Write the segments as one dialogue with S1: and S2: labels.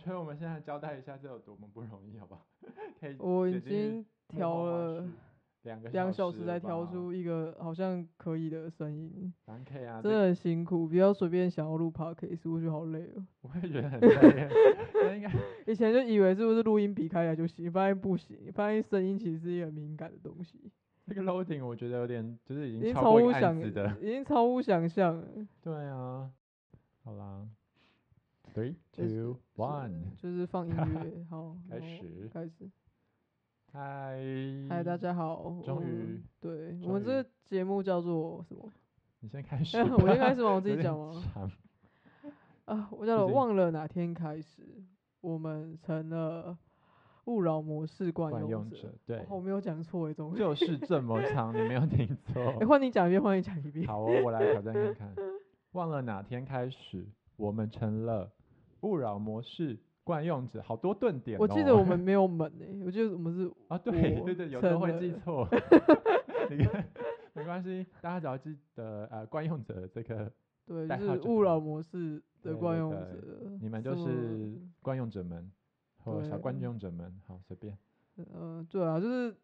S1: 觉得我们现在交代一下这有多么不容易，好不好？ 可以
S2: 我
S1: 解
S2: 已
S1: 进
S2: 经
S1: 幕
S2: 调
S1: 后花絮
S2: 了
S1: 两个
S2: 两
S1: 小
S2: 小时才调
S1: 吧，
S2: 出一个好像可以的声音，
S1: 蛮 K 啊，
S2: 真
S1: 这
S2: 的很辛苦。不要随便想要录 podcast，我觉得好累哦。
S1: 我也觉得很累，那应该
S2: 以前就以为是不是录音笔开来就行，发现不行，发现声音其实是一个敏感的东西，
S1: 这个 loading 我觉得有点就是已
S2: 已
S1: 经
S2: 经
S1: 超
S2: 超
S1: 过一
S2: 乎
S1: 个案
S2: 想，
S1: 子的，
S2: 已经超乎想象了。
S1: 对啊，好啦，three
S2: 就是
S1: two
S2: 是
S1: one
S2: 就是放 音乐，好，
S1: 开
S2: 好
S1: 始，
S2: 开始。
S1: 嗨，
S2: 嗨，大，家好，
S1: 终
S2: 我们
S1: 于，
S2: 对我
S1: 终
S2: 们
S1: 于
S2: 这个节目叫做 什么？
S1: 你先开始
S2: 哎，
S1: 吧，
S2: 我先开始吗？我自
S1: 有点
S2: 己讲吗？
S1: 长
S2: 啊，我叫
S1: 已
S2: 做
S1: 经
S2: 忘了哪天开始，我们成了勿扰模式惯
S1: 惯用
S2: 者
S1: 者。，对
S2: 哦，我没有讲错哎，终于。
S1: 就是这么长，你没有听 错
S2: 哎，。换你讲一遍，换你讲一遍。
S1: 好哦，我来挑战看 看。忘了哪天开始，我们成了勿扰模式惯用者，好多顿点、哦。
S2: 我记得我 们没有猛哎，我记得我们是
S1: 啊，对
S2: 我
S1: 对对，有时候会
S2: 成
S1: 记
S2: 了
S1: 错。你看，没关系，大家只要记得呃惯用者这个，
S2: 对，
S1: 代
S2: 就
S1: 号
S2: 是
S1: 就
S2: 勿
S1: 好
S2: 扰模式的
S1: 对
S2: 惯
S1: 对
S2: 用
S1: 对
S2: 者。
S1: 你们就
S2: 什么
S1: 是惯用者们或小惯
S2: 对
S1: 用者们，好随便。
S2: 呃，对啊，就是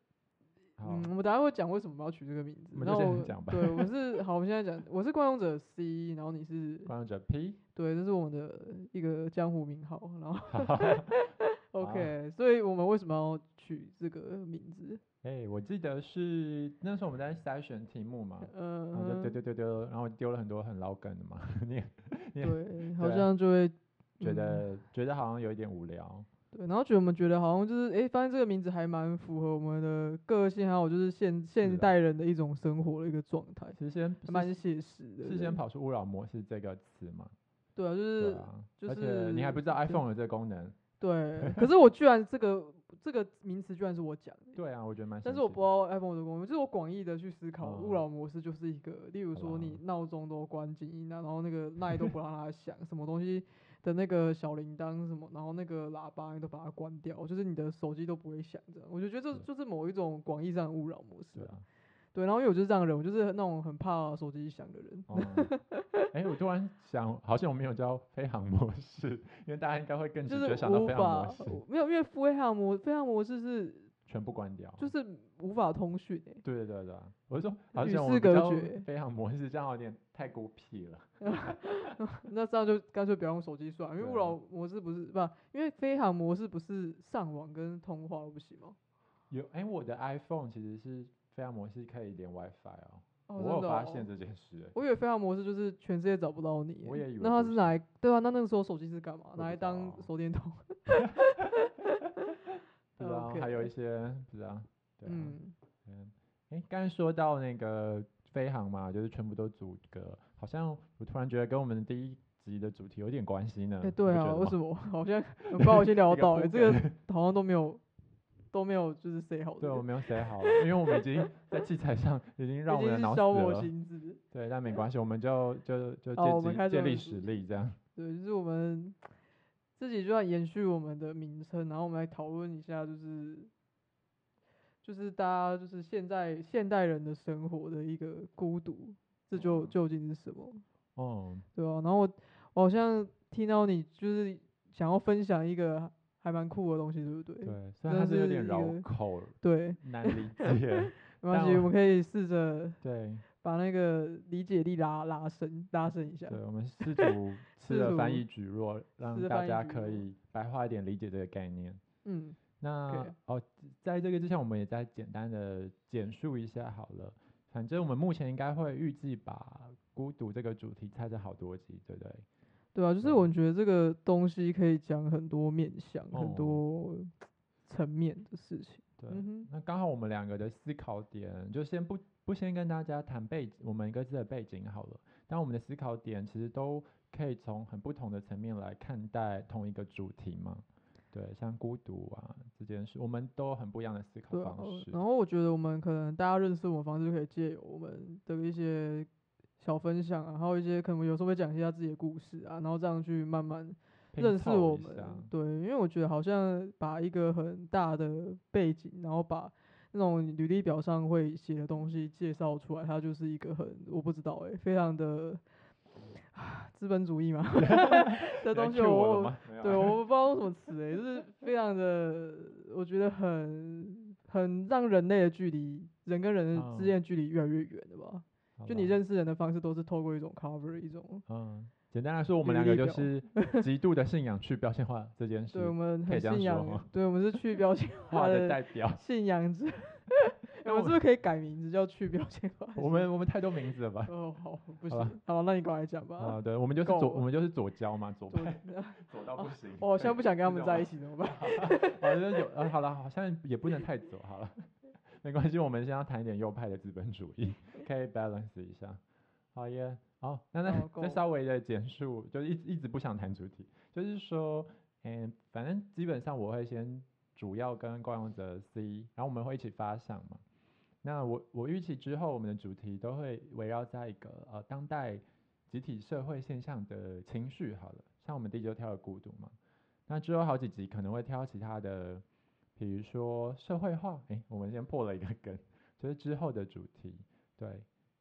S1: 好，哦
S2: 嗯，我们等下会讲为什么要取这个名字。
S1: 我们
S2: 那
S1: 就这样
S2: 我
S1: 讲吧
S2: 对， 我是好，我们现在讲，我是惯用者 C，然后你是
S1: 惯用者 P，
S2: 对，这是我们的一个江湖名号。然后
S1: 好，
S2: OK，、所以我们为什么要取这个名字？
S1: 哎，我记得是那时候我们在筛选题目嘛，然后就
S2: 嗯，
S1: 丢丢丢丢，然后丢了很多很老梗的嘛，你也
S2: 对，
S1: 也
S2: 好
S1: 对啊
S2: 像就会
S1: 觉
S2: 嗯
S1: 得觉得好像有一点无聊，
S2: 对，然后觉得我们觉得好像就是诶，发现这个名字还蛮符合我们的个性，还有就是现
S1: 是
S2: 现
S1: 啊
S2: 代人的一种生活的一个状态，
S1: 其实先
S2: 还蛮
S1: 是
S2: 写实的。
S1: 是先
S2: 对
S1: 跑出勿扰模式这个词嘛，
S2: 对啊，就
S1: 对
S2: 是
S1: 啊，
S2: 就
S1: 而且你还不知道
S2: 是
S1: iPhone 有这个功能，
S2: 对，可是我居然这个这个名词居然是我讲 的，
S1: 对啊，我觉得蛮神奇的，
S2: 但是我不知道 iPhone 的功能，就是我广义的去思考，勿
S1: 哦
S2: 扰模式就是一个，例如
S1: 好
S2: 说
S1: 吧
S2: 你闹钟都关静音啊，然后那个赖都不让它响，什么东西的那个小铃铛什么，然后那个喇叭你都把它关掉，就是你的手机都不会响这样。我就觉得这
S1: 是
S2: 就是某一种广义上的勿扰模式
S1: 对
S2: 啊。
S1: 啊，
S2: 对，然后因为我就是这样的人，我就是那种很怕手机响的人。
S1: 哦 哎，我突然想，好像我没有教飞行模式，因为大家应该会更
S2: 就
S1: 直
S2: 是
S1: 觉想到
S2: 无
S1: 飞行模
S2: 法
S1: 式，
S2: 没有，因为飞行模飞行模式是
S1: 全部关掉，
S2: 就是无法通讯欸诶、
S1: 对对对对啊，我是说好
S2: 与
S1: 像我
S2: 世
S1: 们
S2: 隔
S1: 教
S2: 绝
S1: 飞行模式这样有点太孤僻了，
S2: 那这样就干脆不要用手机算了，因为
S1: 对啊
S2: 勿扰模式不是不，因为飞行模式不是上网跟通话都不行吗？
S1: 有哎，我的 iPhone 其实是飞行模式可以连 WiFi 哦，
S2: 哦，
S1: 我有
S2: 真的
S1: 发
S2: 哦
S1: 现这件事，哎
S2: 我以为飞行模式就是全世界找不到你耶，
S1: 我也以为
S2: 那它
S1: 不
S2: 是
S1: 是
S2: 拿来对啊？那那个时候手机是干嘛？
S1: 不
S2: 拿来
S1: 知道啊
S2: 当手电筒？
S1: 不知道
S2: OK
S1: 还有一些不知道，对啊。
S2: 嗯，
S1: 嗯，哎，刚才说到那个飞航嘛，就是全部都阻隔，好像我突然觉得跟我们第一集的主题有点关系呢。
S2: 哎、
S1: 你
S2: 对
S1: 嗯不觉
S2: 啊，
S1: 得
S2: 为
S1: 吗
S2: 什么 好像很不好先聊
S1: 一个
S2: 到、
S1: 铺
S2: 哎，这个好像都没有都没有就是 say 好的，
S1: 对，我没有写好，因为我们已经在器材上已经让我
S2: 已
S1: 们的
S2: 经
S1: 脑
S2: 是
S1: 死
S2: 消磨
S1: 了。
S2: 心智。
S1: 对，但没关系，我们就就就
S2: 好我们
S1: 借
S2: 开
S1: 机
S2: 始
S1: 借
S2: 我们
S1: 力
S2: 的
S1: 使力这样。
S2: 对，就是我们自己就要延续我们的名称，然后我们来讨论一下，就是就是大家就是现在现代人的生活的一个孤独，这就
S1: 嗯
S2: 究竟是什么，
S1: 哦，
S2: 对吧、然后我我好像听到你就是想要分享一个还蛮酷的东西，对不对？
S1: 对，虽
S2: 真
S1: 然它
S2: 的
S1: 是有
S2: 是
S1: 点
S2: 一
S1: 绕
S2: 个
S1: 口，
S2: 对，
S1: 难 理解。
S2: 没关
S1: 但
S2: 系，
S1: 我
S2: 我们可以试着
S1: 对
S2: 把那个理解力拉拉伸拉伸一下。
S1: 对，我们试图吃
S2: 试
S1: 了翻
S2: 图
S1: 译举弱，让
S2: 着
S1: 大
S2: 翻译
S1: 家
S2: 举哦
S1: 可
S2: 弱
S1: 以白话一点理解这个概念。
S2: 嗯，
S1: 那
S2: OK
S1: 哦，在这个之前，我们也再简单的简述一下好了。反正我们目前应该会预计把孤独这个主题拆成好多集，对不对？
S2: 对啊，就是
S1: 对
S2: 我觉得这个东西可以讲很多面向、
S1: 哦
S2: 很多层面的事情。
S1: 对。
S2: 嗯哼，
S1: 那刚好我们两个的思考点，就先不不先跟大家谈背景我们各自的背景好了。但我们的思考点其实都可以从很不同的层面来看待同一个主题嘛。对，像孤独啊这件事，我们都有很不一样的思考
S2: 对啊
S1: 方。式。
S2: 然后我觉得我们可能大家认识我们方式，就可以借由我们的一些小分享啊，还有一些可能有时候会讲一下自己的故事啊，然后这样去慢慢
S1: 拼
S2: 认识
S1: 凑
S2: 我
S1: 一
S2: 们
S1: 下。
S2: 对，因为我觉得好像把一个很大的背景，然后把那种履历表上欸会写的东西介绍出来，它就是一个很我不知道诶、非常的资本 主义嘛 的东
S1: 你
S2: 西
S1: 在 cue 我
S2: 我
S1: 了吗？没有啊
S2: 对，哦我不知道用什么词诶、就是非常的，我觉得很很让人类的距离，人跟人
S1: 嗯
S2: 之间的距离越来越远了吧？
S1: 好
S2: 就你
S1: 吧
S2: 认识人的方式都是透过一种 cover，一种
S1: 嗯，简单来说，我们
S2: 履
S1: 两个
S2: 历
S1: 就
S2: 表
S1: 是 极度的信仰去标签化这件
S2: 对我
S1: 事，
S2: 们
S1: 可以
S2: 很
S1: 这样
S2: 信
S1: 说吗
S2: 仰，对我们是去标签
S1: 化
S2: 化
S1: 的
S2: 的
S1: 代表。
S2: 信仰 者。
S1: 那
S2: 我们
S1: 我
S2: 是不是可以改名字叫去标签化？
S1: 我们我们太多名字了 吧？
S2: 哦，好，不
S1: 好吧
S2: 行，好，那你过来讲吧。
S1: 啊，对，我们就是
S2: 够
S1: 左，
S2: 了
S1: 我们就是左交嘛，左哦
S2: 我
S1: 派，左到不行。
S2: 我现在不想跟他
S1: 是
S2: 们
S1: 这样
S2: 在一起，怎 么办？
S1: 好像有，呃，好了，好像也不能太左，好了， 没关系，我们先要谈一点右派的资本主义，可以 balance 一下。好耶，好，那
S2: 好
S1: 那
S2: 够
S1: 再稍微的简述，就是一直一直不想谈主体，就是说，嗯、反正基本上我会先主要跟共用者 C，然后我们会一起发想嘛。那我我预期之后，我们的主题都会围绕在一个呃当代集体社会现象的情绪。好了，像我们第一集就挑了孤独嘛，那之后好几集可能会挑其他的，比如说社会化。诶，我们先破了一个梗，就是之后的主题。对，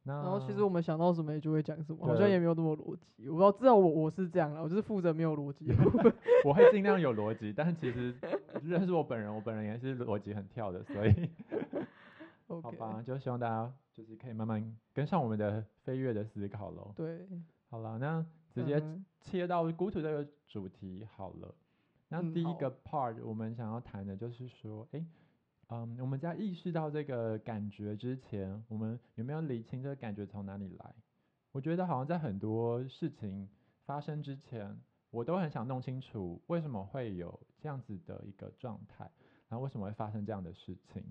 S1: 那
S2: 然后其实我们想到什么也就会讲什么，好
S1: 嗯对
S2: 像也没有那么逻辑。我不知道，至少我我是这样啦，我就是负责没有逻辑的部 分。
S1: 我会尽量有逻辑，但其实认识我本人，我本人也是逻辑很跳的，所 以好
S2: OK，
S1: 吧，就希望大家就是可以慢慢跟上我们的飞跃的思考喽。
S2: 对，
S1: 好了，那直接
S2: 嗯
S1: 切到孤独这个主题好了。那
S2: 嗯
S1: 第一
S2: 好
S1: 个 part 我们想要谈的就是说，诶，嗯，我们在意识到这个感觉之前，我们有没有理清这个感觉从哪里来？我觉得好像在很多事情发生之前，我都很想弄清楚为什么会有这样子的一个状态，然后为什么会发生这样的事情。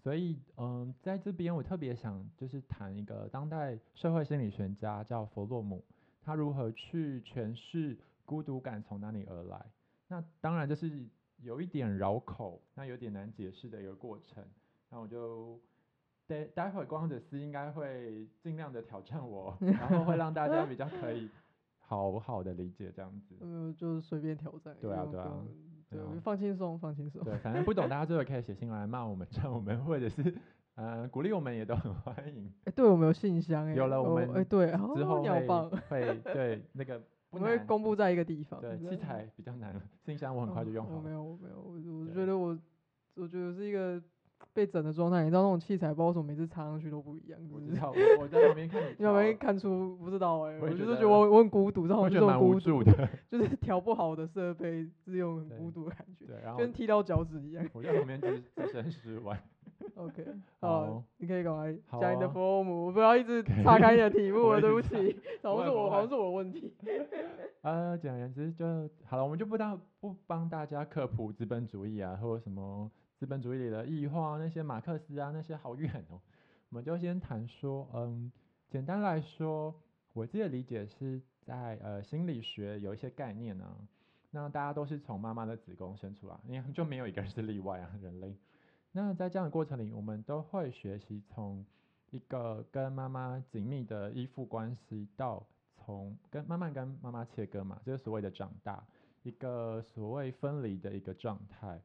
S1: 所以，嗯，在这边我特别想就是谈一个当代社会心理学家叫弗洛姆，他如何去诠释孤独感从哪里而来。那当然就是有一点绕口，那有点难解释的一个过程。那我就待待会光子思应该会尽量的挑战我，然后会让大家比较可 以好好的理解这样子。
S2: 嗯，就是随便挑战。
S1: 对啊
S2: 因为
S1: 对啊
S2: 我们，对，
S1: 对啊
S2: 我们放轻松，放轻松。
S1: 对，反正不懂大家最后可以写信来骂我们、赞我们，或者是呃鼓励我们，也都很欢迎。
S2: 哎，对我们有信箱哎，
S1: 有了我
S2: 哦
S1: 们
S2: 哎，对，
S1: 之后
S2: 哦你好
S1: 会
S2: 棒，
S1: 会对那个不
S2: 我们会
S1: 难
S2: 公布在一个地方。
S1: 对
S2: 对
S1: 器材比较难，信箱我很快
S2: 嗯
S1: 就用
S2: 我
S1: 好
S2: 没
S1: 了。
S2: 有，我没有，我我
S1: 对
S2: 觉得我，我觉得我是一个被整的状态。你知道那种器材，不知道为什么每次插上去都不一样，
S1: 我
S2: 就
S1: 知
S2: 是
S1: 道，我我在旁边看你
S2: 你有
S1: 调，
S2: 没有看出？不知道哎、
S1: 我
S2: 我
S1: 也觉
S2: 就是觉
S1: 得
S2: 得我我很孤独，然后
S1: 我
S2: 我
S1: 觉
S2: 就
S1: 得
S2: 是
S1: 蛮
S2: 孤
S1: 无
S2: 独，
S1: 助的。
S2: 就是调不好的设备是用很
S1: 对
S2: 孤独的感觉，
S1: 对，然后
S2: 跟踢到脚趾一 样。
S1: 我在旁边置置身事外。
S2: OK，
S1: 好
S2: 好，你可以赶快
S1: 好
S2: 讲你的
S1: 啊
S2: form，、我不要 一直岔开你的题目
S1: 我
S2: 了，
S1: 一
S2: 对不
S1: 直
S2: 起，好
S1: 不
S2: 像是
S1: 会不
S2: 我，好
S1: 会
S2: 像是我的问题。
S1: 呃，简而言之就好了，我们就不当不帮大家科普资本主义啊，或者什么资本主义里的异化啊那些马克思啊那些好远哦，我们就先谈说，嗯，简单来说，我自己的理解是在呃心理学有一些概念啊，那大家都是从妈妈的子宫生出来，因为就没有一个人是例外啊，人类。那在这样的过程里，我们都会学习从一个跟妈妈紧密的依附关系，到从跟慢慢跟妈妈切割嘛，就是所谓的长大，一个所谓分离的一个状态。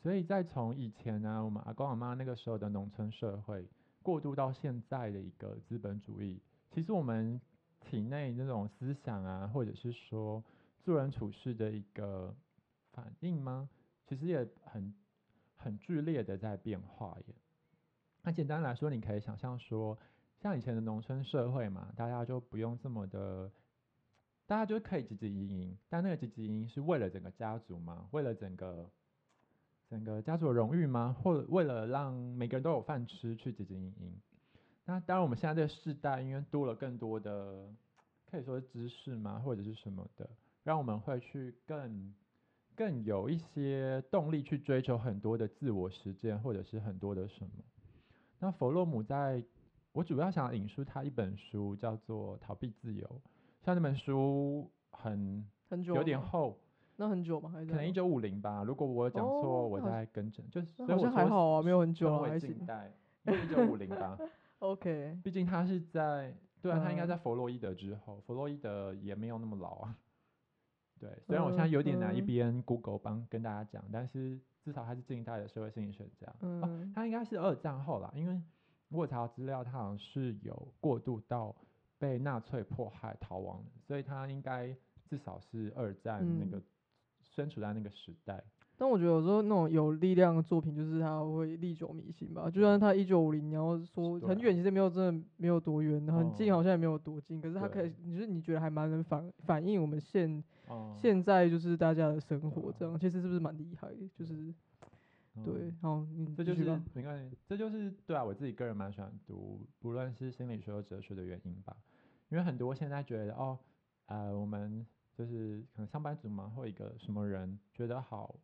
S1: 所以再从以前呢、我们阿公阿妈那个时候的农村社会，过渡到现在的一个资本主义，其实我们体内那种思想啊，或者是说做人处事的一个反应吗？其实也很很剧烈的在变化耶。那简单来说，你可以想象说，像以前的农村社会嘛，大家就不用这么的，大家就可以汲汲营营，但那个汲汲营营是为了整个家族吗？为了整个整个家族的荣誉吗？或者为了让每个人都有饭吃去汲汲营营？那当然，我们现在这个世代因为多了更多的可以说是知识吗，或者是什么的，让我们会去更更有一些动力去追求很多的自我实践，或者是很多的什么。那弗洛姆在我主要想引述他一本书，叫做《逃避自由》。像那本书很
S2: 很久
S1: 有点
S2: 吗
S1: 厚，
S2: 那很久吗？还是
S1: 可能一
S2: 久？
S1: 九五零吧。如果我有讲错，
S2: 哦
S1: 我
S2: 那好
S1: 再更正。就是
S2: 那
S1: 所以
S2: 好
S1: 我
S2: 像还好啊，没有很
S1: 久
S2: 久啊，还行
S1: 近。代一九五零吧。
S2: OK，
S1: 毕竟他是在，对啊，他应该
S2: 嗯
S1: 在弗洛伊德之后，弗洛伊德也没有那么老啊。对，虽然我现在
S2: 嗯
S1: 有点难一
S2: 嗯
S1: 边 Google 帮跟大家讲，但是至少他是近代的社会心理学家。哦
S2: 嗯，
S1: 他应该是二战后啦，因为我有查到资料，他好像是有过渡到被纳粹迫害逃亡，所以他应该至少是二战那
S2: 嗯
S1: 个身处在那个时代。
S2: 但我觉得有时候那种有力量的作品，就是它会历久弥新吧。就算它一九五零，然后说
S1: 嗯对
S2: 很
S1: 啊
S2: 远，其实没有真的没有多远，然后很近
S1: 哦
S2: 好像也没有多近，可是它可以
S1: 对，
S2: 你就是你觉得还蛮能反反映我们现
S1: 哦、
S2: 现在就是大家的生活
S1: 啊
S2: 这样，其实是不是蛮厉害的？就是
S1: 嗯
S2: 对，好，你
S1: 这就
S2: 继续
S1: 是
S2: 吧
S1: 没关系，这就是对啊，我自己个人蛮喜欢读，不论是心理学或哲学的原因吧。因为很多现在觉得哦，呃，我们就是可能上班族嘛，或一个什么人觉得好，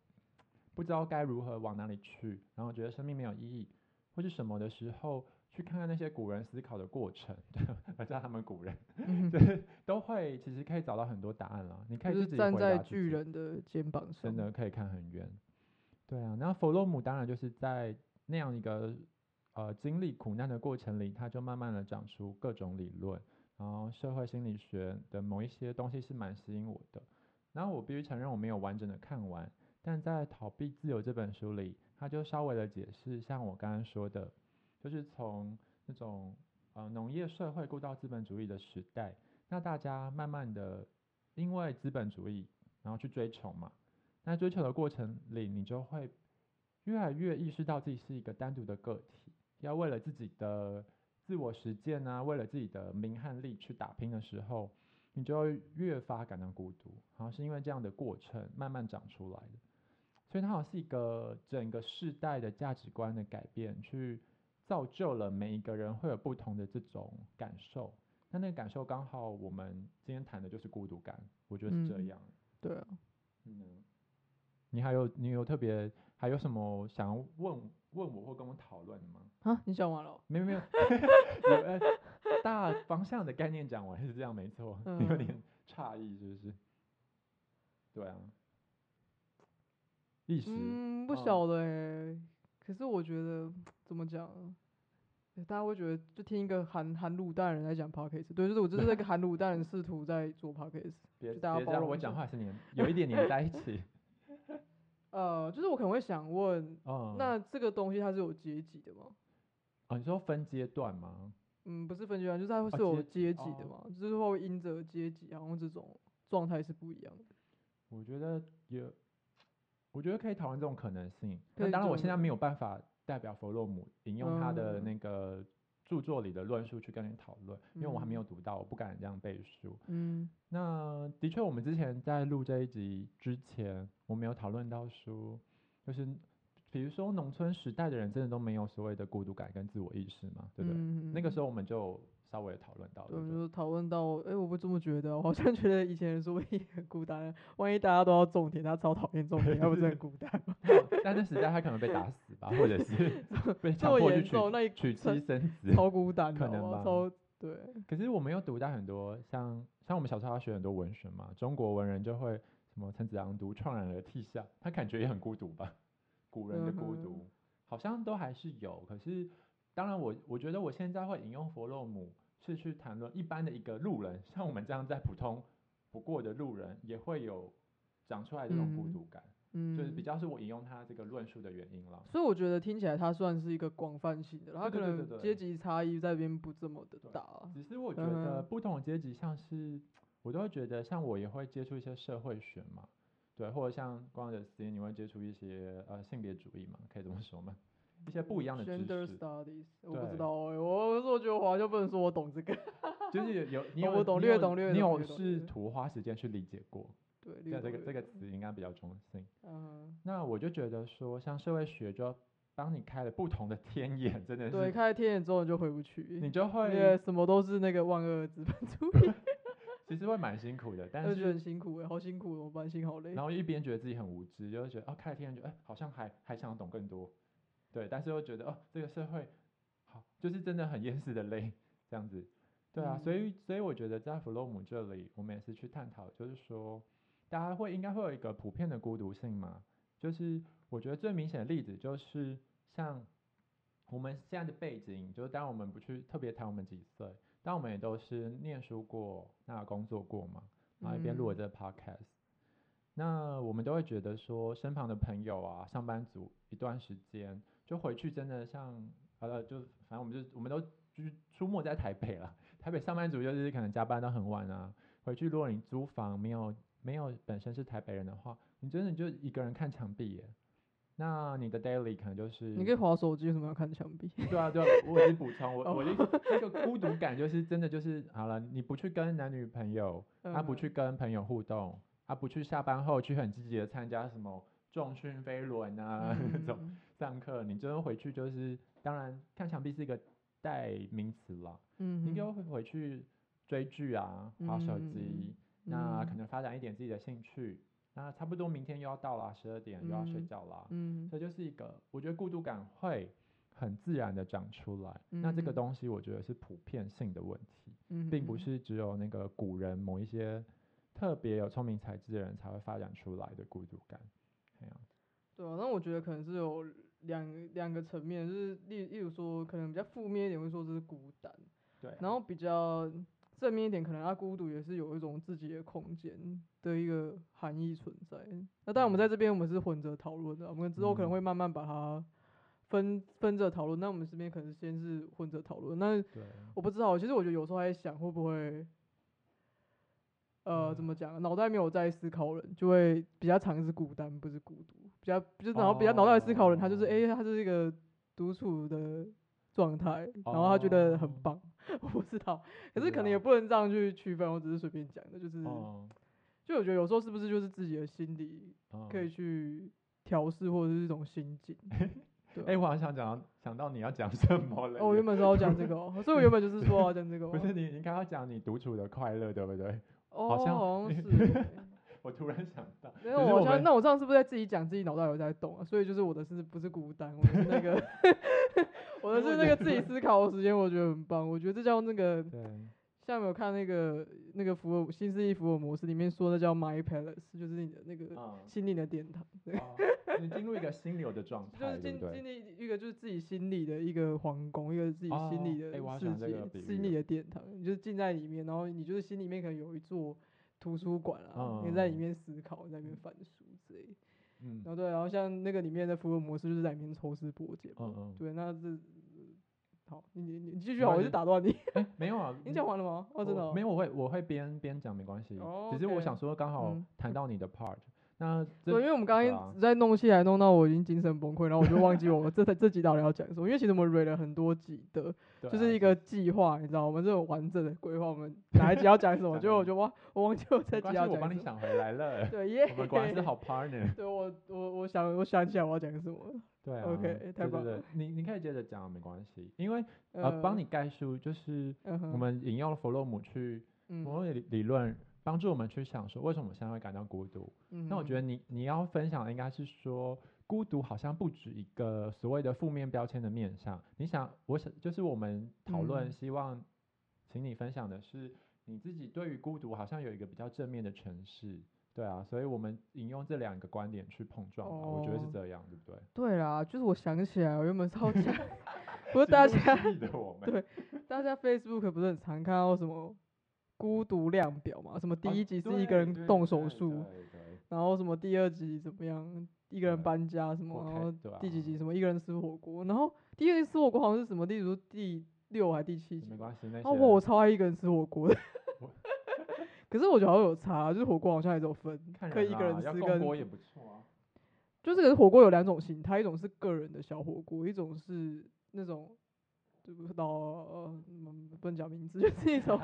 S1: 不知道该如何往哪里去，然后觉得生命没有意义或是什么的时候，去看看那些古人思考的过程， 对，我叫他们古人，
S2: 嗯
S1: 就是都会其实可以找到很多答案了。你可以
S2: 就是
S1: 自己
S2: 站
S1: 回
S2: 在
S1: 答自
S2: 巨
S1: 己
S2: 人的肩膀上
S1: 真。的可以看很远。对啊，那弗洛姆当然就是在那样一个呃经历苦难的过程里，他就慢慢的长出各种理论，然后社会心理学的某一些东西是蛮吸引我的。然后我必须承认我没有完整的看完，但在《逃避自由》这本书里，他就稍微的解释，像我刚刚说的，就是从那种呃农业社会过到资本主义的时代，那大家慢慢的因为资本主义，然后去追求嘛，那追求的过程里，你就会越来越意识到自己是一个单独的个体，要为了自己的自我实践啊，为了自己的名和利去打拼的时候，你就会越发感到孤独。好像是因为这样的过程慢慢长出来的，所以它好像是一个整个世代的价值观的改变，去造就了每一个人会有不同的这种感受。那那个感受刚好我们今天谈的就是孤独感，我觉得是这
S2: 嗯
S1: 样。
S2: 对啊，
S1: 嗯，你还有你有特别还有什么想要问问我或跟我讨论的吗？
S2: 啊，你讲完了哦？
S1: 没有 没有有，呃大方向的概念讲完是这样没错，
S2: 嗯
S1: 有点诧异是不是？对啊，意识、
S2: 嗯，不
S1: 嗯
S2: 晓得欸可是我觉得怎么讲啊，大家会觉得就听一个含含卤蛋的人在讲 podcast，对，就是我就是那个含卤蛋人试图在 做 podcast。
S1: 别别
S2: 就大家
S1: 这
S2: 包
S1: 样，
S2: 容
S1: 我
S2: 一
S1: 讲
S2: 下
S1: 话是黏有一点黏在一 起，
S2: 呃，就是我可能会想问，
S1: 嗯，
S2: 那这个东西它是有阶级的吗？
S1: 哦你说分阶段吗？
S2: 嗯，不是分阶段，就是它会
S1: 哦
S2: 是有
S1: 阶
S2: 阶
S1: 级
S2: 级的嘛
S1: 哦，
S2: 就是会因着阶级，然后这种状态是不一样的。
S1: 我觉得有，我觉得可以讨论这种可能性。
S2: 可
S1: 那
S2: 以
S1: 当然，
S2: 这
S1: 我
S2: 种
S1: 现在
S2: 可
S1: 没有办法代表弗洛姆引用他的
S2: 嗯
S1: 那个著作里的论述去跟你讨论，因为我还没
S2: 嗯
S1: 有读到，我不敢这样背书。
S2: 嗯
S1: 那的确，我们之前在录这一集之前，我们有讨论到说，就是比如说农村时代的人真的都没有所谓的孤独感跟自我意识嘛，对不对？
S2: 嗯
S1: 那个时
S2: 候。
S1: 候我们就稍微讨论到了，
S2: 对，
S1: 对
S2: 我们
S1: 不对
S2: 就讨论到，哎、我不这么觉得，我好像觉得以前人说我也很孤单，啊万一大家都要种田，他超讨厌种田，他不是很孤单吗？
S1: 那但那时代他可能被打死吧，或者是被
S2: 这
S1: 强
S2: 么
S1: 迫去
S2: 严
S1: 娶
S2: 重，那一
S1: 娶
S2: 这
S1: 妻生子，
S2: 超孤单的，
S1: 可能
S2: 好不好
S1: 吧
S2: 超对，
S1: 可是我们又读到很多像像我们小时候要学很多文学嘛，中国文人就会什么陈子昂读《怆然而涕下》，他感觉也很孤独吧？古人的孤
S2: 嗯哼
S1: 独、好像都还是有，可是当然我我觉得我现在会引用弗洛姆是去谈论一般的一个路人，像我们这样在普通不过的路人也会有长出来这种孤
S2: 嗯
S1: 独感，
S2: 嗯，
S1: 就是比较是我引用他这个论述的原因了。
S2: 所以我觉得听起来它算是一个广泛性的，它可
S1: 对对对
S2: 能
S1: 对
S2: 阶
S1: 对
S2: 级差异在这边不这么的
S1: 对
S2: 大。
S1: 只是我觉得
S2: 嗯
S1: 不同的阶级，像是我都会觉得，像我也会接触一些社会学嘛，对，或者像光的时间你会接触一些呃性别主义嘛，可以这么说吗？一些不一样的知
S2: Gender
S1: 识，
S2: studies，我不知
S1: 对
S2: 道欸、我我我觉得我好像不能说我懂这 个，
S1: 就是有有你
S2: 哦
S1: 有
S2: 我懂
S1: 你
S2: 略
S1: 有
S2: 懂略
S1: 你
S2: 懂
S1: 有
S2: 略懂
S1: 试
S2: 略
S1: 图花时间去理解过，
S2: 对，
S1: 对
S2: 略
S1: 这个
S2: 懂
S1: 这个
S2: 略懂，
S1: 词应该比较中性。
S2: 嗯
S1: 那我就觉得说，像社会学就帮你开了不同的天眼，真的
S2: 哼，对，
S1: 是
S2: 开了天眼之后你就回不去，
S1: 你就
S2: 因
S1: 会
S2: 为什么都是那个万恶资本主义，
S1: 其实会蛮辛苦的，但
S2: 我觉得
S1: 是
S2: 很辛苦哎、好辛苦哦，我班心好累
S1: 然。后一边觉得自己很无知，就会觉得哦，开了天眼就哎、好像还还想懂更多，对，但是又觉得哦，这个社会好，就是真的很厌世的累这样子，对啊，所以所以我觉得在弗洛姆这里，我们也是去探讨，就是说大家会应该会有一个普遍的孤独性嘛，就是我觉得最明显的例子就是像我们现在的背景，就是当然我们不去特别谈我们几岁，但我们也都是念书过，那工作过嘛，然后一边录了这个 podcast，、那我们都会觉得说，身旁的朋友啊，上班族一段时间就回去，真的像呃，就反正我们就我们都就是出没在台北了，台北上班族就是可能加班到很晚啊，回去如果你租房没有没有本身是台北人的话，你真的就一个人看墙壁耶。那你的 daily 可能就是
S2: 你可以划手机，为什么要看墙壁？
S1: 对啊，对啊，我已经补充，
S2: 哦
S1: 我我的那个孤独感就是真的就是好了，你不去跟男女朋友，他、不
S2: 嗯
S1: 去跟朋友互动，他、不去下班后去很积极的参加什么重训飞轮啊、 那种
S2: 嗯
S1: 上课，你真的回去就是，当然看墙壁是一个代名词啦，
S2: 嗯
S1: 你
S2: 哼，
S1: 就会回去追剧啊、划手
S2: 嗯
S1: 机，那可
S2: 嗯
S1: 能发展一点自己的兴趣，那差不多明天又要到啦，十二点又要睡
S2: 嗯
S1: 觉啦，
S2: 嗯
S1: 这就是一个，我觉得孤独感会很自然的长出来。那这个
S2: 嗯
S1: 东西，我觉得是普遍性的问题，
S2: 嗯，
S1: 并不
S2: 嗯
S1: 是只有那个古人某一些特别有聪明才智的人才会发展出来的孤独感。哎呀、
S2: 对啊，那我觉得可能是有两两个层面，就是例例如说，可能比较负面一点会说这是孤单，
S1: 对
S2: 然后比较正面一点，可能他啊孤独也是有一种自己的空间的一个含义存在。那当然，我们在这边我们是混着讨论的，我们之后可能
S1: 嗯
S2: 会慢慢把它分分着讨论。那我们这边可能先是混着讨论，那
S1: 对，
S2: 我不知道，其实我觉得有时候还在想会不会。呃，怎
S1: 嗯
S2: 么讲啊？脑袋没有在思考人，就会比较常是孤单，不是孤独，比较就是脑比较脑袋在思考人，他就是
S1: 哦
S2: 诶，他就是一个独处的状态，然后他觉得很
S1: 哦啊
S2: 棒， 我不知道，可
S1: 不
S2: 是
S1: 知
S2: 可能也
S1: 道
S2: 不能这样去区分，我只是随便讲的，就是
S1: 嗯
S2: 就我觉得有时候是不是就是自己的心理
S1: 嗯，
S2: 可以去调试，或者是一种心 境。对啊
S1: 哎、我好像想讲到想到你要讲什么了耶。
S2: 哦，我原本是要讲这个哦，所以我原本就是说要讲这个哦。
S1: 不是你，你刚刚讲你独处的快乐，对不对？
S2: 哦，
S1: 好像
S2: 好像 是欸。
S1: 我突然想到，
S2: 没
S1: 可
S2: 有，
S1: 是
S2: 我
S1: 我
S2: 好像
S1: 们
S2: 那我这样是不是在自己讲自己脑袋有在动啊？所以就是我的是不是孤单，我的是 那个，我的
S1: 因为
S2: 是
S1: 我
S2: 那个自己思考的时间，我觉得很棒。我觉得这叫那个
S1: 对，
S2: 下面有看那个那个福尔新世纪福尔摩斯里面说那叫 My Palace，就是你的那个
S1: 嗯，
S2: 心灵的殿堂，对
S1: 哦 你进入一个心流的状
S2: 就
S1: 态，
S2: 是
S1: 对
S2: 经
S1: 不
S2: 经
S1: 对？
S2: 历一个就是自己心里的一个皇宫，一个自己心里
S1: 哦
S2: 的
S1: 哎我好喜
S2: 世
S1: 欢这
S2: 界，
S1: 个比
S2: 心
S1: 喻哦
S2: 里的殿堂，你就是进在里面，然后你就是心里面可能有一座图书馆啊，你在里
S1: 嗯
S2: 面思考，在里面翻书之类的。
S1: 嗯
S2: 然哦后对，然后像那个里面的福尔摩斯就是在里面抽丝剥茧嘛。
S1: 嗯嗯，
S2: 对，那这呃好，你你你继续
S1: 没
S2: 啊好，我
S1: 关
S2: 是
S1: 系
S2: 打 断你。
S1: 哎、没有啊，
S2: 你讲完了吗？哦，真的、
S1: 我
S2: 哦。
S1: 没有，我会我会边边讲没关系。
S2: 哦
S1: 只是我
S2: ，OK
S1: 想说，刚好
S2: 嗯
S1: 谈到你的 part，、那
S2: 对，因
S1: 这
S2: 为我们刚
S1: 对
S2: 刚
S1: 啊
S2: 一直在弄戏来弄到我已经精神崩溃，然后我就忘记我们 这这集到底要讲什么。因为其实我们蕊了很多集的，
S1: 对啊
S2: 就是一个计划，你知道，我们这种完整的规划，我们哪一集要讲什么，
S1: 讲
S2: 结果我
S1: 得
S2: 就忘，我忘记我这
S1: 没
S2: 集
S1: 关
S2: 要
S1: 系，我
S2: 讲
S1: 帮
S2: 什
S1: 你
S2: 么。
S1: 想回来 了。
S2: 对耶，
S1: 我们果然是好 partner。
S2: 对我我我想我想起来我要讲什么了。
S1: 对啊
S2: OK，太
S1: 对
S2: 棒
S1: 对
S2: 了
S1: 对，你你可以接着讲，啊没关系。因为呃，帮你概述，就是
S2: 嗯哼，
S1: 我们引用了弗洛姆去
S2: 嗯
S1: 弗洛姆理理论，帮助我们去想说，为什么我现在会感到孤独？
S2: 嗯
S1: 那我
S2: 哼
S1: 觉得你你要分享的应该是说，孤独好像不止一个所谓的负面标签的面向。你想，我想就是我们讨论，
S2: 嗯
S1: 希望请你分享的是你自己对于孤独好像有一个比较正面的诠释。对啊，所以我们引用这两个观点去碰撞吧，我觉得
S2: 哦
S1: 是这样，对不对？
S2: 对啦，就是我想起来，我原本 是要讲，不是
S1: 是
S2: 大
S1: 录
S2: 家
S1: 失忆的我们
S2: 对 大家 Facebook 不是很常看到什么孤独量表嘛？什么第
S1: 哦
S2: 一集是一个
S1: 对
S2: 人
S1: 对
S2: 动手
S1: 对
S2: 术，
S1: 对对
S2: 然后什么第二集怎么样，一个人
S1: 对
S2: 搬家什么，
S1: 我
S2: 然后
S1: 看对啊
S2: 第几集什么一个人吃火锅，然后第二集吃火锅好像是什么，例如第六还第七集
S1: 没
S2: 吧，
S1: 关系，那
S2: 啊，我
S1: 些
S2: 超爱一个人吃火锅的
S1: 我。
S2: 可是我觉得好像有差，啊就是火锅好像还是有分，
S1: 看
S2: 可以一
S1: 啦
S2: 个人
S1: 要
S2: 吃
S1: 共
S2: 跟
S1: 锅也不错啊。
S2: 就是可是火锅有两种形态，一种是个人的小火锅，一种是那种就不知道呃嗯不能讲名字，就是 一种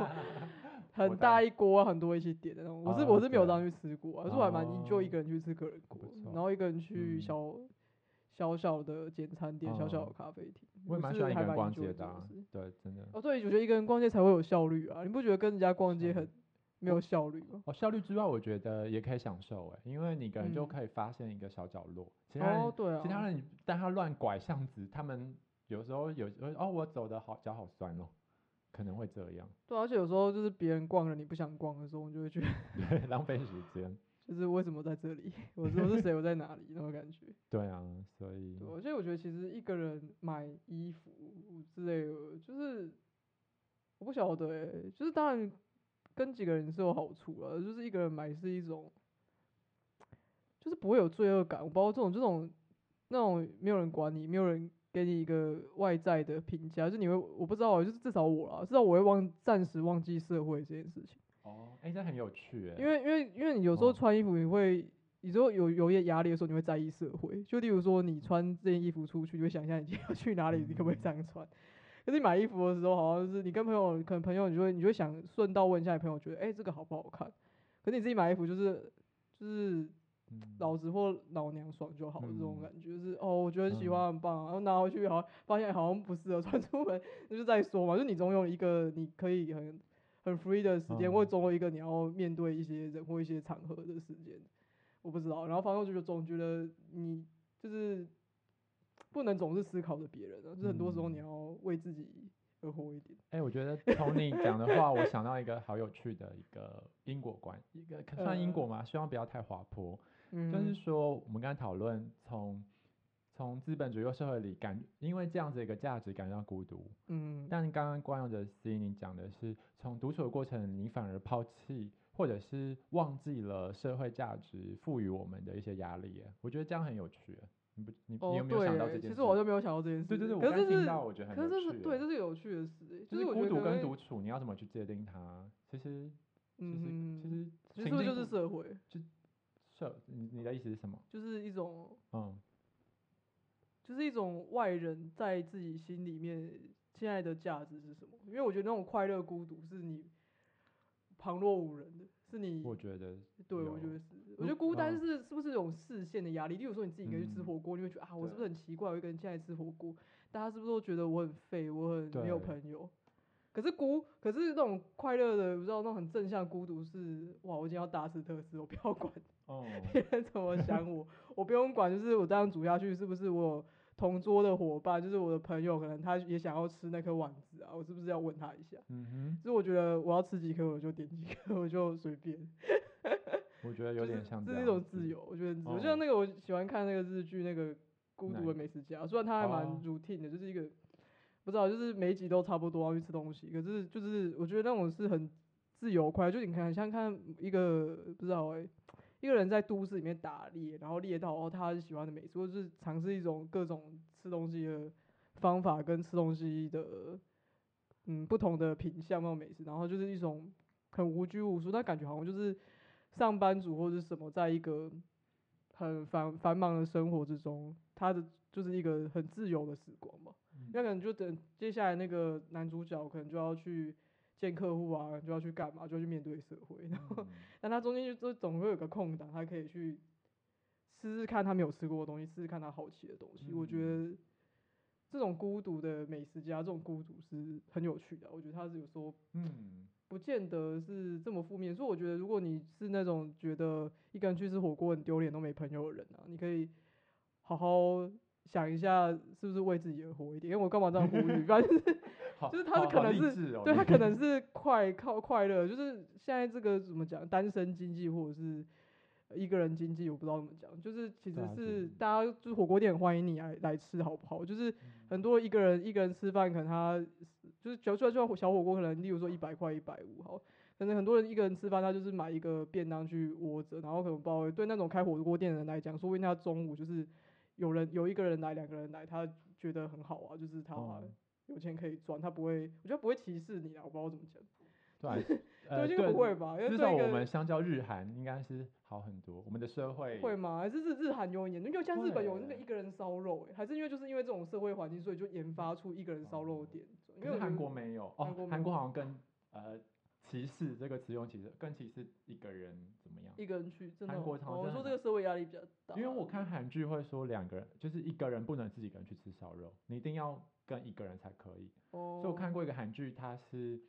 S2: 很大一锅啊很多一起点的那种。我是我
S1: 哦
S2: 是没有
S1: 对
S2: 这样去吃过、啊，可是我还蛮 enjoy
S1: 哦
S2: 一个人去吃个人锅
S1: 不，错
S2: 然后一个人去
S1: 嗯
S2: 小、小小的简餐店、小小的
S1: 嗯
S2: 咖啡厅，
S1: 我也蛮喜
S2: 是
S1: 欢一个
S2: 还
S1: 人
S2: 蛮
S1: 逛
S2: enjoy
S1: 街的
S2: 这件
S1: 啊
S2: 事，
S1: 对，真 的。
S2: 哦，对，我觉得一个人逛街才会有效率啊！你不觉得跟人家逛街
S1: 是啊
S2: 很没有效率吗？
S1: 哦，效率之外，我觉得也可以享受哎，因为你一个人就
S2: 嗯
S1: 可以发现一个小角落，其他人、
S2: 哦，对啊，
S1: 其他人你带他乱拐巷子，他们有时候有哦，我走的好脚好酸哦，可能会这样，
S2: 对啊，而且有时候就是别人逛了你不想逛的时候，你就会去
S1: 对，浪费时间。
S2: 就是为什么在这里？ 我是我是谁？我在哪里？那种感觉。
S1: 对啊，所以
S2: 对，而且我觉得其实一个人买衣服之类的，就是我不晓得、欸，就是当然跟几个人是有好处了，就是一个人买是一种，就是不会有罪恶感。我包括这种这种那种没有人管你，没有人给你一个外在的评价，就你会我不知道啊，就是至少我啦，至少我会忘暂时忘记社会这件事情，
S1: 哦，哎，这很有趣哎，
S2: 因为因为因为你有时候
S1: 哦
S2: 穿衣服你会。你之后有有一些压力的时候，你会在意社会。就例如说，你穿这件衣服出去，你会想一下你今天要去哪里，你可不可以这样穿？ 可是你买衣服的时候，好像就是你跟朋友，可能朋友你就会你就会想顺道问一下你朋友，觉得哎、这个好不好看？可是你自己买衣服就是就是
S1: 嗯
S2: 老子或老娘爽就好，这种
S1: 嗯
S2: 感觉就是哦，我觉得很喜
S1: 嗯
S2: 欢很棒啊，然后拿回去好像发现好像不适合穿出门， 那就再说嘛。就你总有一个你可以很很 free 的时间，
S1: 嗯
S2: 或者总有一个你要面对一些人或一些场合的时间，我不知道。然后反正我就总觉得你就是不能总是思考着别人啊，就是很多时候你
S1: 嗯
S2: 要为自己而活一点。
S1: 哎、我觉得从你讲的话，我想到一个好有趣的一个因果观，一个算因果
S2: 呃
S1: 吗？希望不要太滑坡。
S2: 嗯，
S1: 就是说，我们刚才讨论从从资本主义或社会里感，因为这样子一个价值感到孤独。
S2: 嗯，
S1: 但刚刚光用的 C，你讲的是从独处的过程，你反而抛弃或者是忘记了社会价值赋予我们的一些压力耶。我觉得这样很有趣耶。你不，你你有
S2: 哦
S1: 没有
S2: 对
S1: 想到这
S2: 耶，
S1: 件事？
S2: 其实我就没有想到这件事，
S1: 对对对，我
S2: 可
S1: 刚
S2: 是这
S1: 听
S2: 是
S1: 到，我觉得很
S2: 可是
S1: 有
S2: 这
S1: 趣
S2: 是
S1: 耶。
S2: 对，这是有趣的事耶，
S1: 啊就是是
S2: 我觉
S1: 孤
S2: 得
S1: 独
S2: 可
S1: 跟
S2: 能
S1: 独处，你要怎么去界定它？其实，其实，
S2: 嗯，
S1: 其实，
S2: 其
S1: 情境
S2: 实就是
S1: 不
S2: 社会，
S1: 社，你你的意思是什么？
S2: 就是一种，
S1: 嗯，
S2: 就是一种外人在自己心里面现在的价值是什么？因为我觉得那种快乐孤独是你旁若无人的，是你
S1: 我觉 得
S2: 对我觉
S1: 有
S2: 得是，
S1: 如
S2: 我觉得孤单
S1: 嗯
S2: 是是不是一种视线的压力？例如说你自己一个人去吃
S1: 嗯
S2: 火锅，你会觉得啊，我是不是
S1: 对
S2: 很奇怪？我一个人现在吃火锅，大家是不是都觉得我很废，我很没有
S1: 对
S2: 朋友？可是孤，可是那种快乐的，不知道那种很正向孤独是，哇，我今天要大吃特吃，我不要管
S1: 哦，
S2: 别人怎么想我，我不用管，就是我这样煮下去，是不是我有同桌的伙伴，就是我的朋友，可能他也想要吃那颗丸子啊，我是不是要问他一下？
S1: 嗯
S2: 就是我觉得我要吃几颗，我就点几颗，我就随便，
S1: 哼，我觉得有点像
S2: 这
S1: 这
S2: 是一
S1: 样
S2: 种
S1: 子
S2: 自。由，我觉得很自由。就
S1: 哦
S2: 像那个我喜欢看那个日剧，那个《孤
S1: 哪
S2: 独的
S1: 一
S2: 美食家》，虽然它还蛮
S1: 哦
S2: routine 的，就是一个不知道，就是每一集都差不多要去吃东西，可是就是我觉得那种是很自由快乐，就你看像看一个不知道哎、一个人在都市里面打猎，然后猎到哦他喜欢的美食，或者是尝试一种各种吃东西的方法跟吃东西的嗯不同的品相那种美食，然后就是一种很无拘无束，但感觉好像就是上班族或者是什么，在一个很繁繁忙的生活之中，他的就是一个很自由的时光吧。
S1: 嗯
S2: 那可能就等接下来那个男主角可能就要去见客户啊，就要去干嘛，就要去面对社会。然后，
S1: 嗯
S2: 但他中间就就总会有个空档，他可以去试试看他没有吃过的东西，试试看他好奇的东西。我觉
S1: 嗯
S2: 得这种孤独的美食家，这种孤独是很有趣的啊。我觉得他是有时候
S1: 嗯，
S2: 不见得是这么负面，所以我觉得如果你是那种觉得一个人去吃火锅很丢脸都没朋友的人啊，你可以好好想一下是不是为自己而活一点。因为我干嘛这样呼吁？反正就是
S1: 好，
S2: 就是他是
S1: 好
S2: 可
S1: 好
S2: 能
S1: 励
S2: 是
S1: 志哦
S2: 对
S1: 你
S2: 他可能是快靠快乐，就是现在这个怎么讲，单身经济或者是呃一个人经济，我不知道怎么讲，就是其实
S1: 对啊
S2: 是
S1: 是
S2: 大家就是火锅店很欢迎你来来吃好不好？就是很多一个人一个人吃饭，可能他就是就算就算小火锅，可能例如说一百块一百五好。可能很多人一个人吃饭，他就是买一个便当去窝着，然后可能不知道对那种开火锅店的人来讲，说不定他中午就是有人有一个人来，两个人来，他觉得很好啊，就是他、
S1: 哦
S2: 有钱可以赚，他不会，我觉得不会歧视你啦，我不知道我怎么讲，
S1: 对啊， 呃，
S2: 对，就是
S1: 对，
S2: 不会吧？因为
S1: 至
S2: 对
S1: 少
S2: 一
S1: 我
S2: 个
S1: 们相较日韩应该是好很多，我们的社会
S2: 会吗？还是日日韩有很严重？因为像日本有那个
S1: 会
S2: 一个人烧肉、欸，还是因为就是因为这种社会环境，所以就研发出一个人烧肉
S1: 哦
S2: 店？因
S1: 可
S2: 为我
S1: 是
S2: 觉
S1: 韩
S2: 得
S1: 国没有
S2: 韩国
S1: 哦，
S2: 没
S1: 韩国
S2: 有
S1: 好像更呃歧视这个词用歧视，更歧视一个人怎么样？
S2: 一个人去，真的
S1: 韩
S2: 哦、
S1: 国好像
S2: 哦我
S1: 真的很
S2: 说这个社会压力比较大，
S1: 因为我看韩剧会说两个人，就是一个人不能自己一个人去吃烧肉，你一定要跟一个人才可以。
S2: 哦，
S1: 所以我看过一个韩剧，他是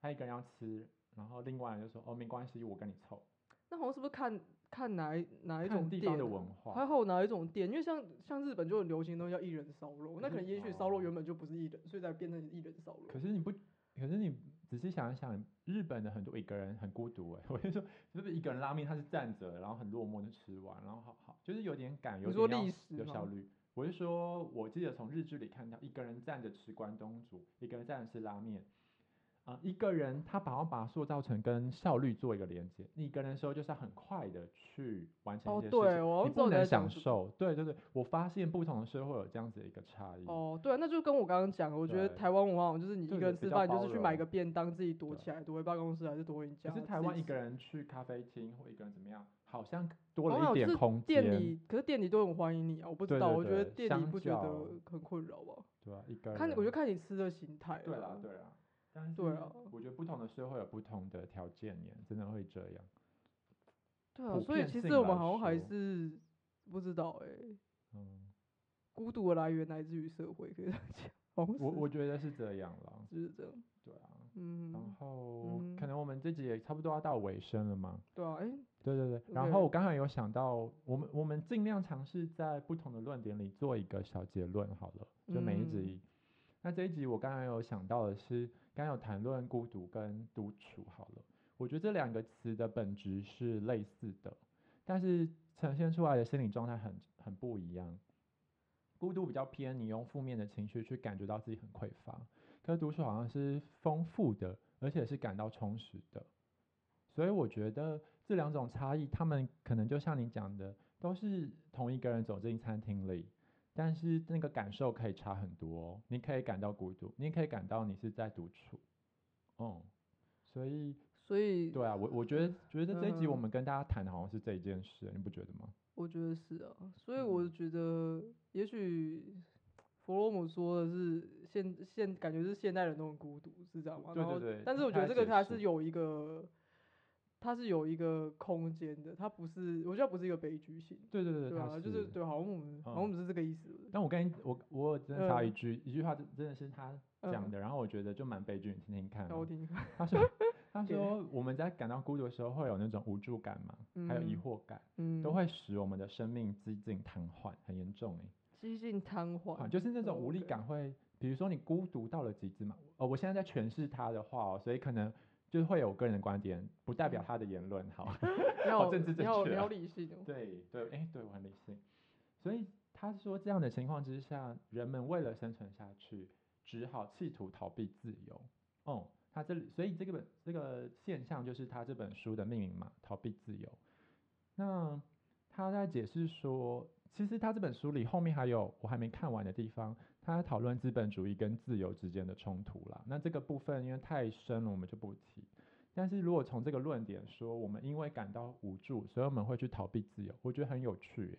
S1: 他一个人要吃，然后另外人就说哦没关系，我跟你凑。
S2: 那好像是不是看看哪一哪一
S1: 看
S2: 种
S1: 地
S2: 店
S1: 方的
S2: 啊
S1: 文化
S2: 还有哪一种店？因为像像日本就很流行的东西叫一人烧肉，那
S1: 可
S2: 可
S1: 是
S2: 能也许烧肉
S1: 哦
S2: 原本就不是一人，所以才变成一人烧肉。
S1: 可是你不，可是你仔细想一想，日本的很多一个人很孤独 哎、我就说是不是一个人拉面，他是站着，然后很落寞的吃完，然后好好就是有点赶，有
S2: 你说
S1: 点
S2: 历
S1: 要
S2: 史
S1: 有效
S2: 吗？
S1: 率。我是说，我记得从日剧里看到一个人站着吃关东煮，一个人站着吃拉面，啊、一个人他把要把它塑造成跟效率做一个连接。你一个人的时候就是要很快的去完成一
S2: 哦，
S1: 件事情，
S2: 对，
S1: 你
S2: 我要知道
S1: 不
S2: 你在
S1: 能
S2: 讲
S1: 享
S2: 什么。
S1: 受。对对对，我发现不同的社会有这样子的一个差异。
S2: 哦，对啊，那就跟我刚刚讲的，我觉得
S1: 对
S2: 台湾文化好像就是你一
S1: 对
S2: 个人
S1: 比
S2: 吃
S1: 较
S2: 饭，你就
S1: 包
S2: 是去买
S1: 容啊
S2: 个便当，自己躲
S1: 对
S2: 起来，躲回办公室还是躲回你家。
S1: 可是
S2: 自
S1: 台
S2: 己
S1: 湾一
S2: 吃
S1: 个人去咖啡厅或一个人怎么样，好像多
S2: 好像
S1: 了一
S2: 哦是
S1: 点空间。
S2: 店里，可是店里都很欢迎你啊！我不知
S1: 对
S2: 道，
S1: 对
S2: 我觉得
S1: 对
S2: 店里
S1: 相
S2: 不觉得
S1: 较
S2: 很困扰吧？
S1: 对啊，一个人。
S2: 看，我就看你吃的形态。
S1: 对啦，对啦。但是
S2: 对啊
S1: 我觉得不同的社会有不同的条件耶，真的会这样。
S2: 对啊，
S1: 普
S2: 所以
S1: 遍
S2: 其实
S1: 性
S2: 我们
S1: 来
S2: 好像还
S1: 说
S2: 是不知道哎、
S1: 嗯，
S2: 孤独的来源来自于社会，可以这样讲。好像
S1: 我
S2: 是
S1: 我觉得是这样啦。
S2: 就是这样，
S1: 对啊，然
S2: 嗯，
S1: 后、
S2: 嗯
S1: 可能我们这集也差不多要到尾声了嘛。
S2: 对啊，哎、
S1: 对对对，然
S2: OK
S1: 后我刚才有想到，我们我们尽量尝试在不同的论点里做一个小结论好了，就每一
S2: 嗯
S1: 集。那这一集我刚才有想到的是，刚刚有谈论孤独跟独处好了，我觉得这两个词的本质是类似的，但是呈现出来的心理状态很很不一样。孤独比较偏你用负面的情绪去感觉到自己很匮乏，可是独处好像是丰富的，而且是感到充实的。所以我觉得这两种差异，他们可能就像你讲的，都是同一个人走进餐厅里，但是那个感受可以差很多哦、你可以感到孤独，你也可以感到你是在独处。嗯，所以
S2: 所以
S1: 对啊，我我觉得觉得这一集我
S2: 嗯
S1: 们跟大家谈的好像是这一件事，你不觉得吗？
S2: 我觉得是啊，所以
S1: 嗯
S2: 我觉得也许弗洛姆说的是现现感觉是现代人都很孤独，是这样吗？
S1: 对
S2: 然
S1: 对
S2: 后
S1: 对
S2: 但是
S1: 他
S2: 我觉得
S1: 他
S2: 这个
S1: 解
S2: 它
S1: 释
S2: 是有一个，它是有一个空间的，它不是我觉得它不是一个悲剧性，
S1: 对对对，
S2: 对
S1: 它
S2: 啊，就是对，好像我们、好像我
S1: 嗯
S2: 们是这个意思，
S1: 但我跟你我我真的插一
S2: 嗯
S1: 句、一句话，真真的是他讲
S2: 嗯
S1: 的，然后我觉得就蛮悲剧，你听听看
S2: 那
S1: 哦、
S2: 我听听看，
S1: 他 说他
S2: 对
S1: 说我们在感到孤独的时候会有那种无助感嘛，还有疑
S2: 嗯
S1: 惑感，
S2: 嗯，
S1: 都会使我们的生命几近瘫痪，很严重哎、
S2: 几近瘫
S1: 啊，
S2: 痪，
S1: 就是那种无力
S2: OK
S1: 感会，比如说你孤独到了极致嘛。呃，我现在在诠释他的话哦，所以可能就是会有个人的观点，不代表
S2: 嗯
S1: 他的言论。好，
S2: 你要
S1: 政治
S2: 你
S1: 正
S2: 要
S1: 确
S2: 你
S1: 啊
S2: 要理性哦，
S1: 对对，哎、对我很理性。所以他说，这样的情况之下，人们为了生存下去，只好企图逃避自由。哦、他这里，所以这个本这个现象就是他这本书的命名嘛，逃避自由。那他在解释说，其实他这本书里后面还有我还没看完的地方，他在讨论资本主义跟自由之间的冲突啦。那这个部分因为太深了，我们就不提。但是如果从这个论点说，我们因为感到无助，所以我们会去逃避自由，我觉得很有趣耶。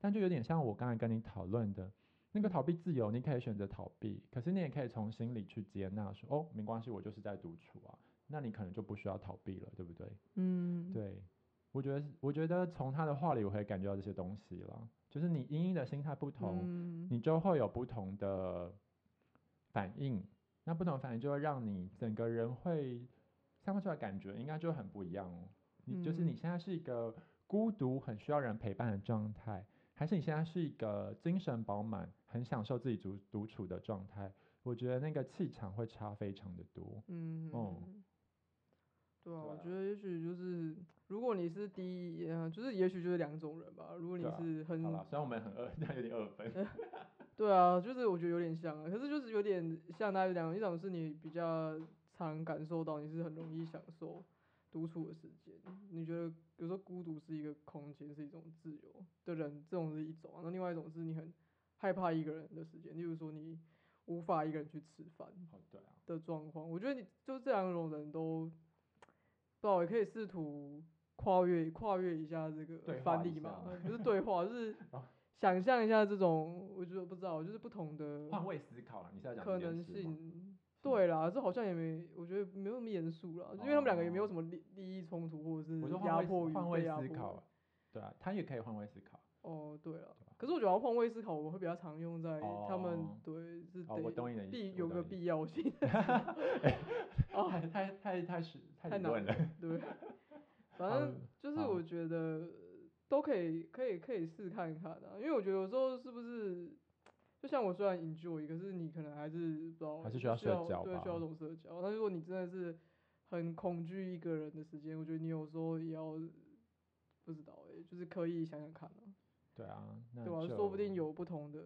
S1: 但就有点像我刚才跟你讨论的那个逃避自由，你可以选择逃避，可是你也可以从心里去接纳说，哦，没关系，我就是在独处啊，那你可能就不需要逃避了，对不对？
S2: 嗯，
S1: 对，我觉得我觉得从他的话里我会感觉到这些东西了，就是你因应的心态不同，
S2: 嗯，
S1: 你就会有不同的反应。那不同的反应就会让你整个人会散发出来的感觉应该就很不一样哦。你就是你
S2: 嗯
S1: 现在是一个孤独、很需要人陪伴的状态，还是你现在是一个精神饱满、很享受自己独独处的状态？我觉得那个气场会差非常的多。
S2: 嗯，
S1: 哦
S2: 对啊，
S1: 对
S2: 我
S1: 啊
S2: 觉得也许就是，如果你是第一，呃就是也许就是两种人吧。如果你
S1: 对啊
S2: 是很，
S1: 好啦，虽然我们很二，但有点二分。
S2: 嗯对啊，就是我觉得有点像啊，可是就是有点像那两一种是你比较常感受到你是很容易享受独处的时间，你觉得比如说孤独是一个空间，是一种自由的人，这种是一种啊。那另外一种是你很害怕一个人的时间，例如说你无法一个人去吃饭，
S1: 哦，对啊，
S2: 的状况。我觉得你就这两种人都，不好，也可以试图跨越跨越一下这个
S1: 对话
S2: 翻
S1: 一
S2: 译嘛呃
S1: 下，
S2: 不是对话，就是
S1: 哦
S2: 想象一下这种，我觉得不知道，就是不同的
S1: 换位思考啊，你是要讲
S2: 可
S1: 这件
S2: 能
S1: 事吗嗯
S2: 性。对啦，这好像也没，我觉得没有那么严肃啦，因为他们两个也没有
S1: 哦
S2: 什么利利益冲突或者是
S1: 我说
S2: 嗯压
S1: 换
S2: 迫
S1: 位
S2: 与
S1: 思换位
S2: 被压
S1: 思
S2: 迫
S1: 考，对啊，他也可以换位思考。
S2: 哦，对了
S1: 对吧，
S2: 可是我觉得换位思考我会比较常用在他们、
S1: 哦
S2: 对是
S1: 哦，我
S2: 得
S1: 懂你的意思，
S2: 必
S1: 我
S2: 有
S1: 懂
S2: 个
S1: 你的意
S2: 必要性
S1: 思
S2: 哦，
S1: 太太太太是太
S2: 太
S1: 理
S2: 难
S1: 论了。
S2: 对， 反
S1: 好
S2: 正就是
S1: 好
S2: 我觉得呃都可以，可以，可以试看看的、啊，因为我觉得有时候是不是，就像我虽然 enjoy，可是你可能还是不知道，
S1: 还是
S2: 就
S1: 需要
S2: 需
S1: 社
S2: 要
S1: 交
S2: 对，
S1: 吧
S2: 需要这种社交。但如果你真的是很恐惧一个人的时间，我觉得你有时候也要不知道哎、就是可以想想看啊，
S1: 对啊，那
S2: 对吧、
S1: 就
S2: 说不定有不同的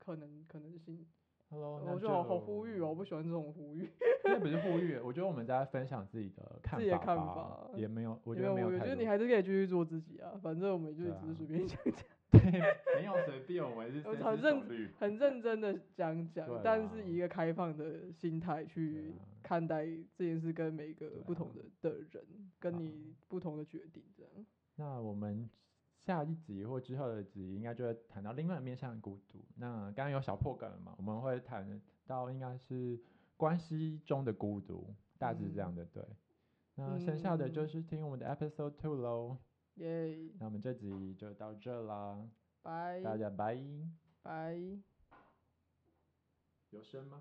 S2: 可能可能性。
S1: Hello，那哦
S2: 我就好好呼吁哦，我不喜欢这种呼吁。
S1: 那不是呼吁，我觉得我们在分享自己的看
S2: 自己的看
S1: 吧
S2: 法
S1: 也没有，我觉
S2: 没
S1: 得
S2: 有
S1: 没有
S2: 我
S1: 太
S2: 觉得
S1: 多
S2: 你还是可以继续做自己啊，反正我们就
S1: 对
S2: 只是随
S1: 啊
S2: 便讲讲，
S1: 没有随便，我们是
S2: 我
S1: 深
S2: 好
S1: 思
S2: 认
S1: 熟虑。
S2: 很认真的讲讲
S1: 对，
S2: 但
S1: 啦
S2: 是以一个开放的心态去
S1: 啊
S2: 看待这件事，跟每一个
S1: 对
S2: 不同
S1: 啊
S2: 的的人，跟
S1: 好啊
S2: 你不同的决定这样。
S1: 那我们下一集或之后的集应该就会谈到另外一面向的孤独。那刚刚有小破梗了嘛，我们会谈到应该是关系中的孤独，大致这样的对。那剩下的就
S2: 嗯
S1: 是听我们的 episode two 喽。
S2: 耶，
S1: 那我们这集就到这啦，
S2: 拜
S1: 大家拜。
S2: 拜。
S1: 有声吗？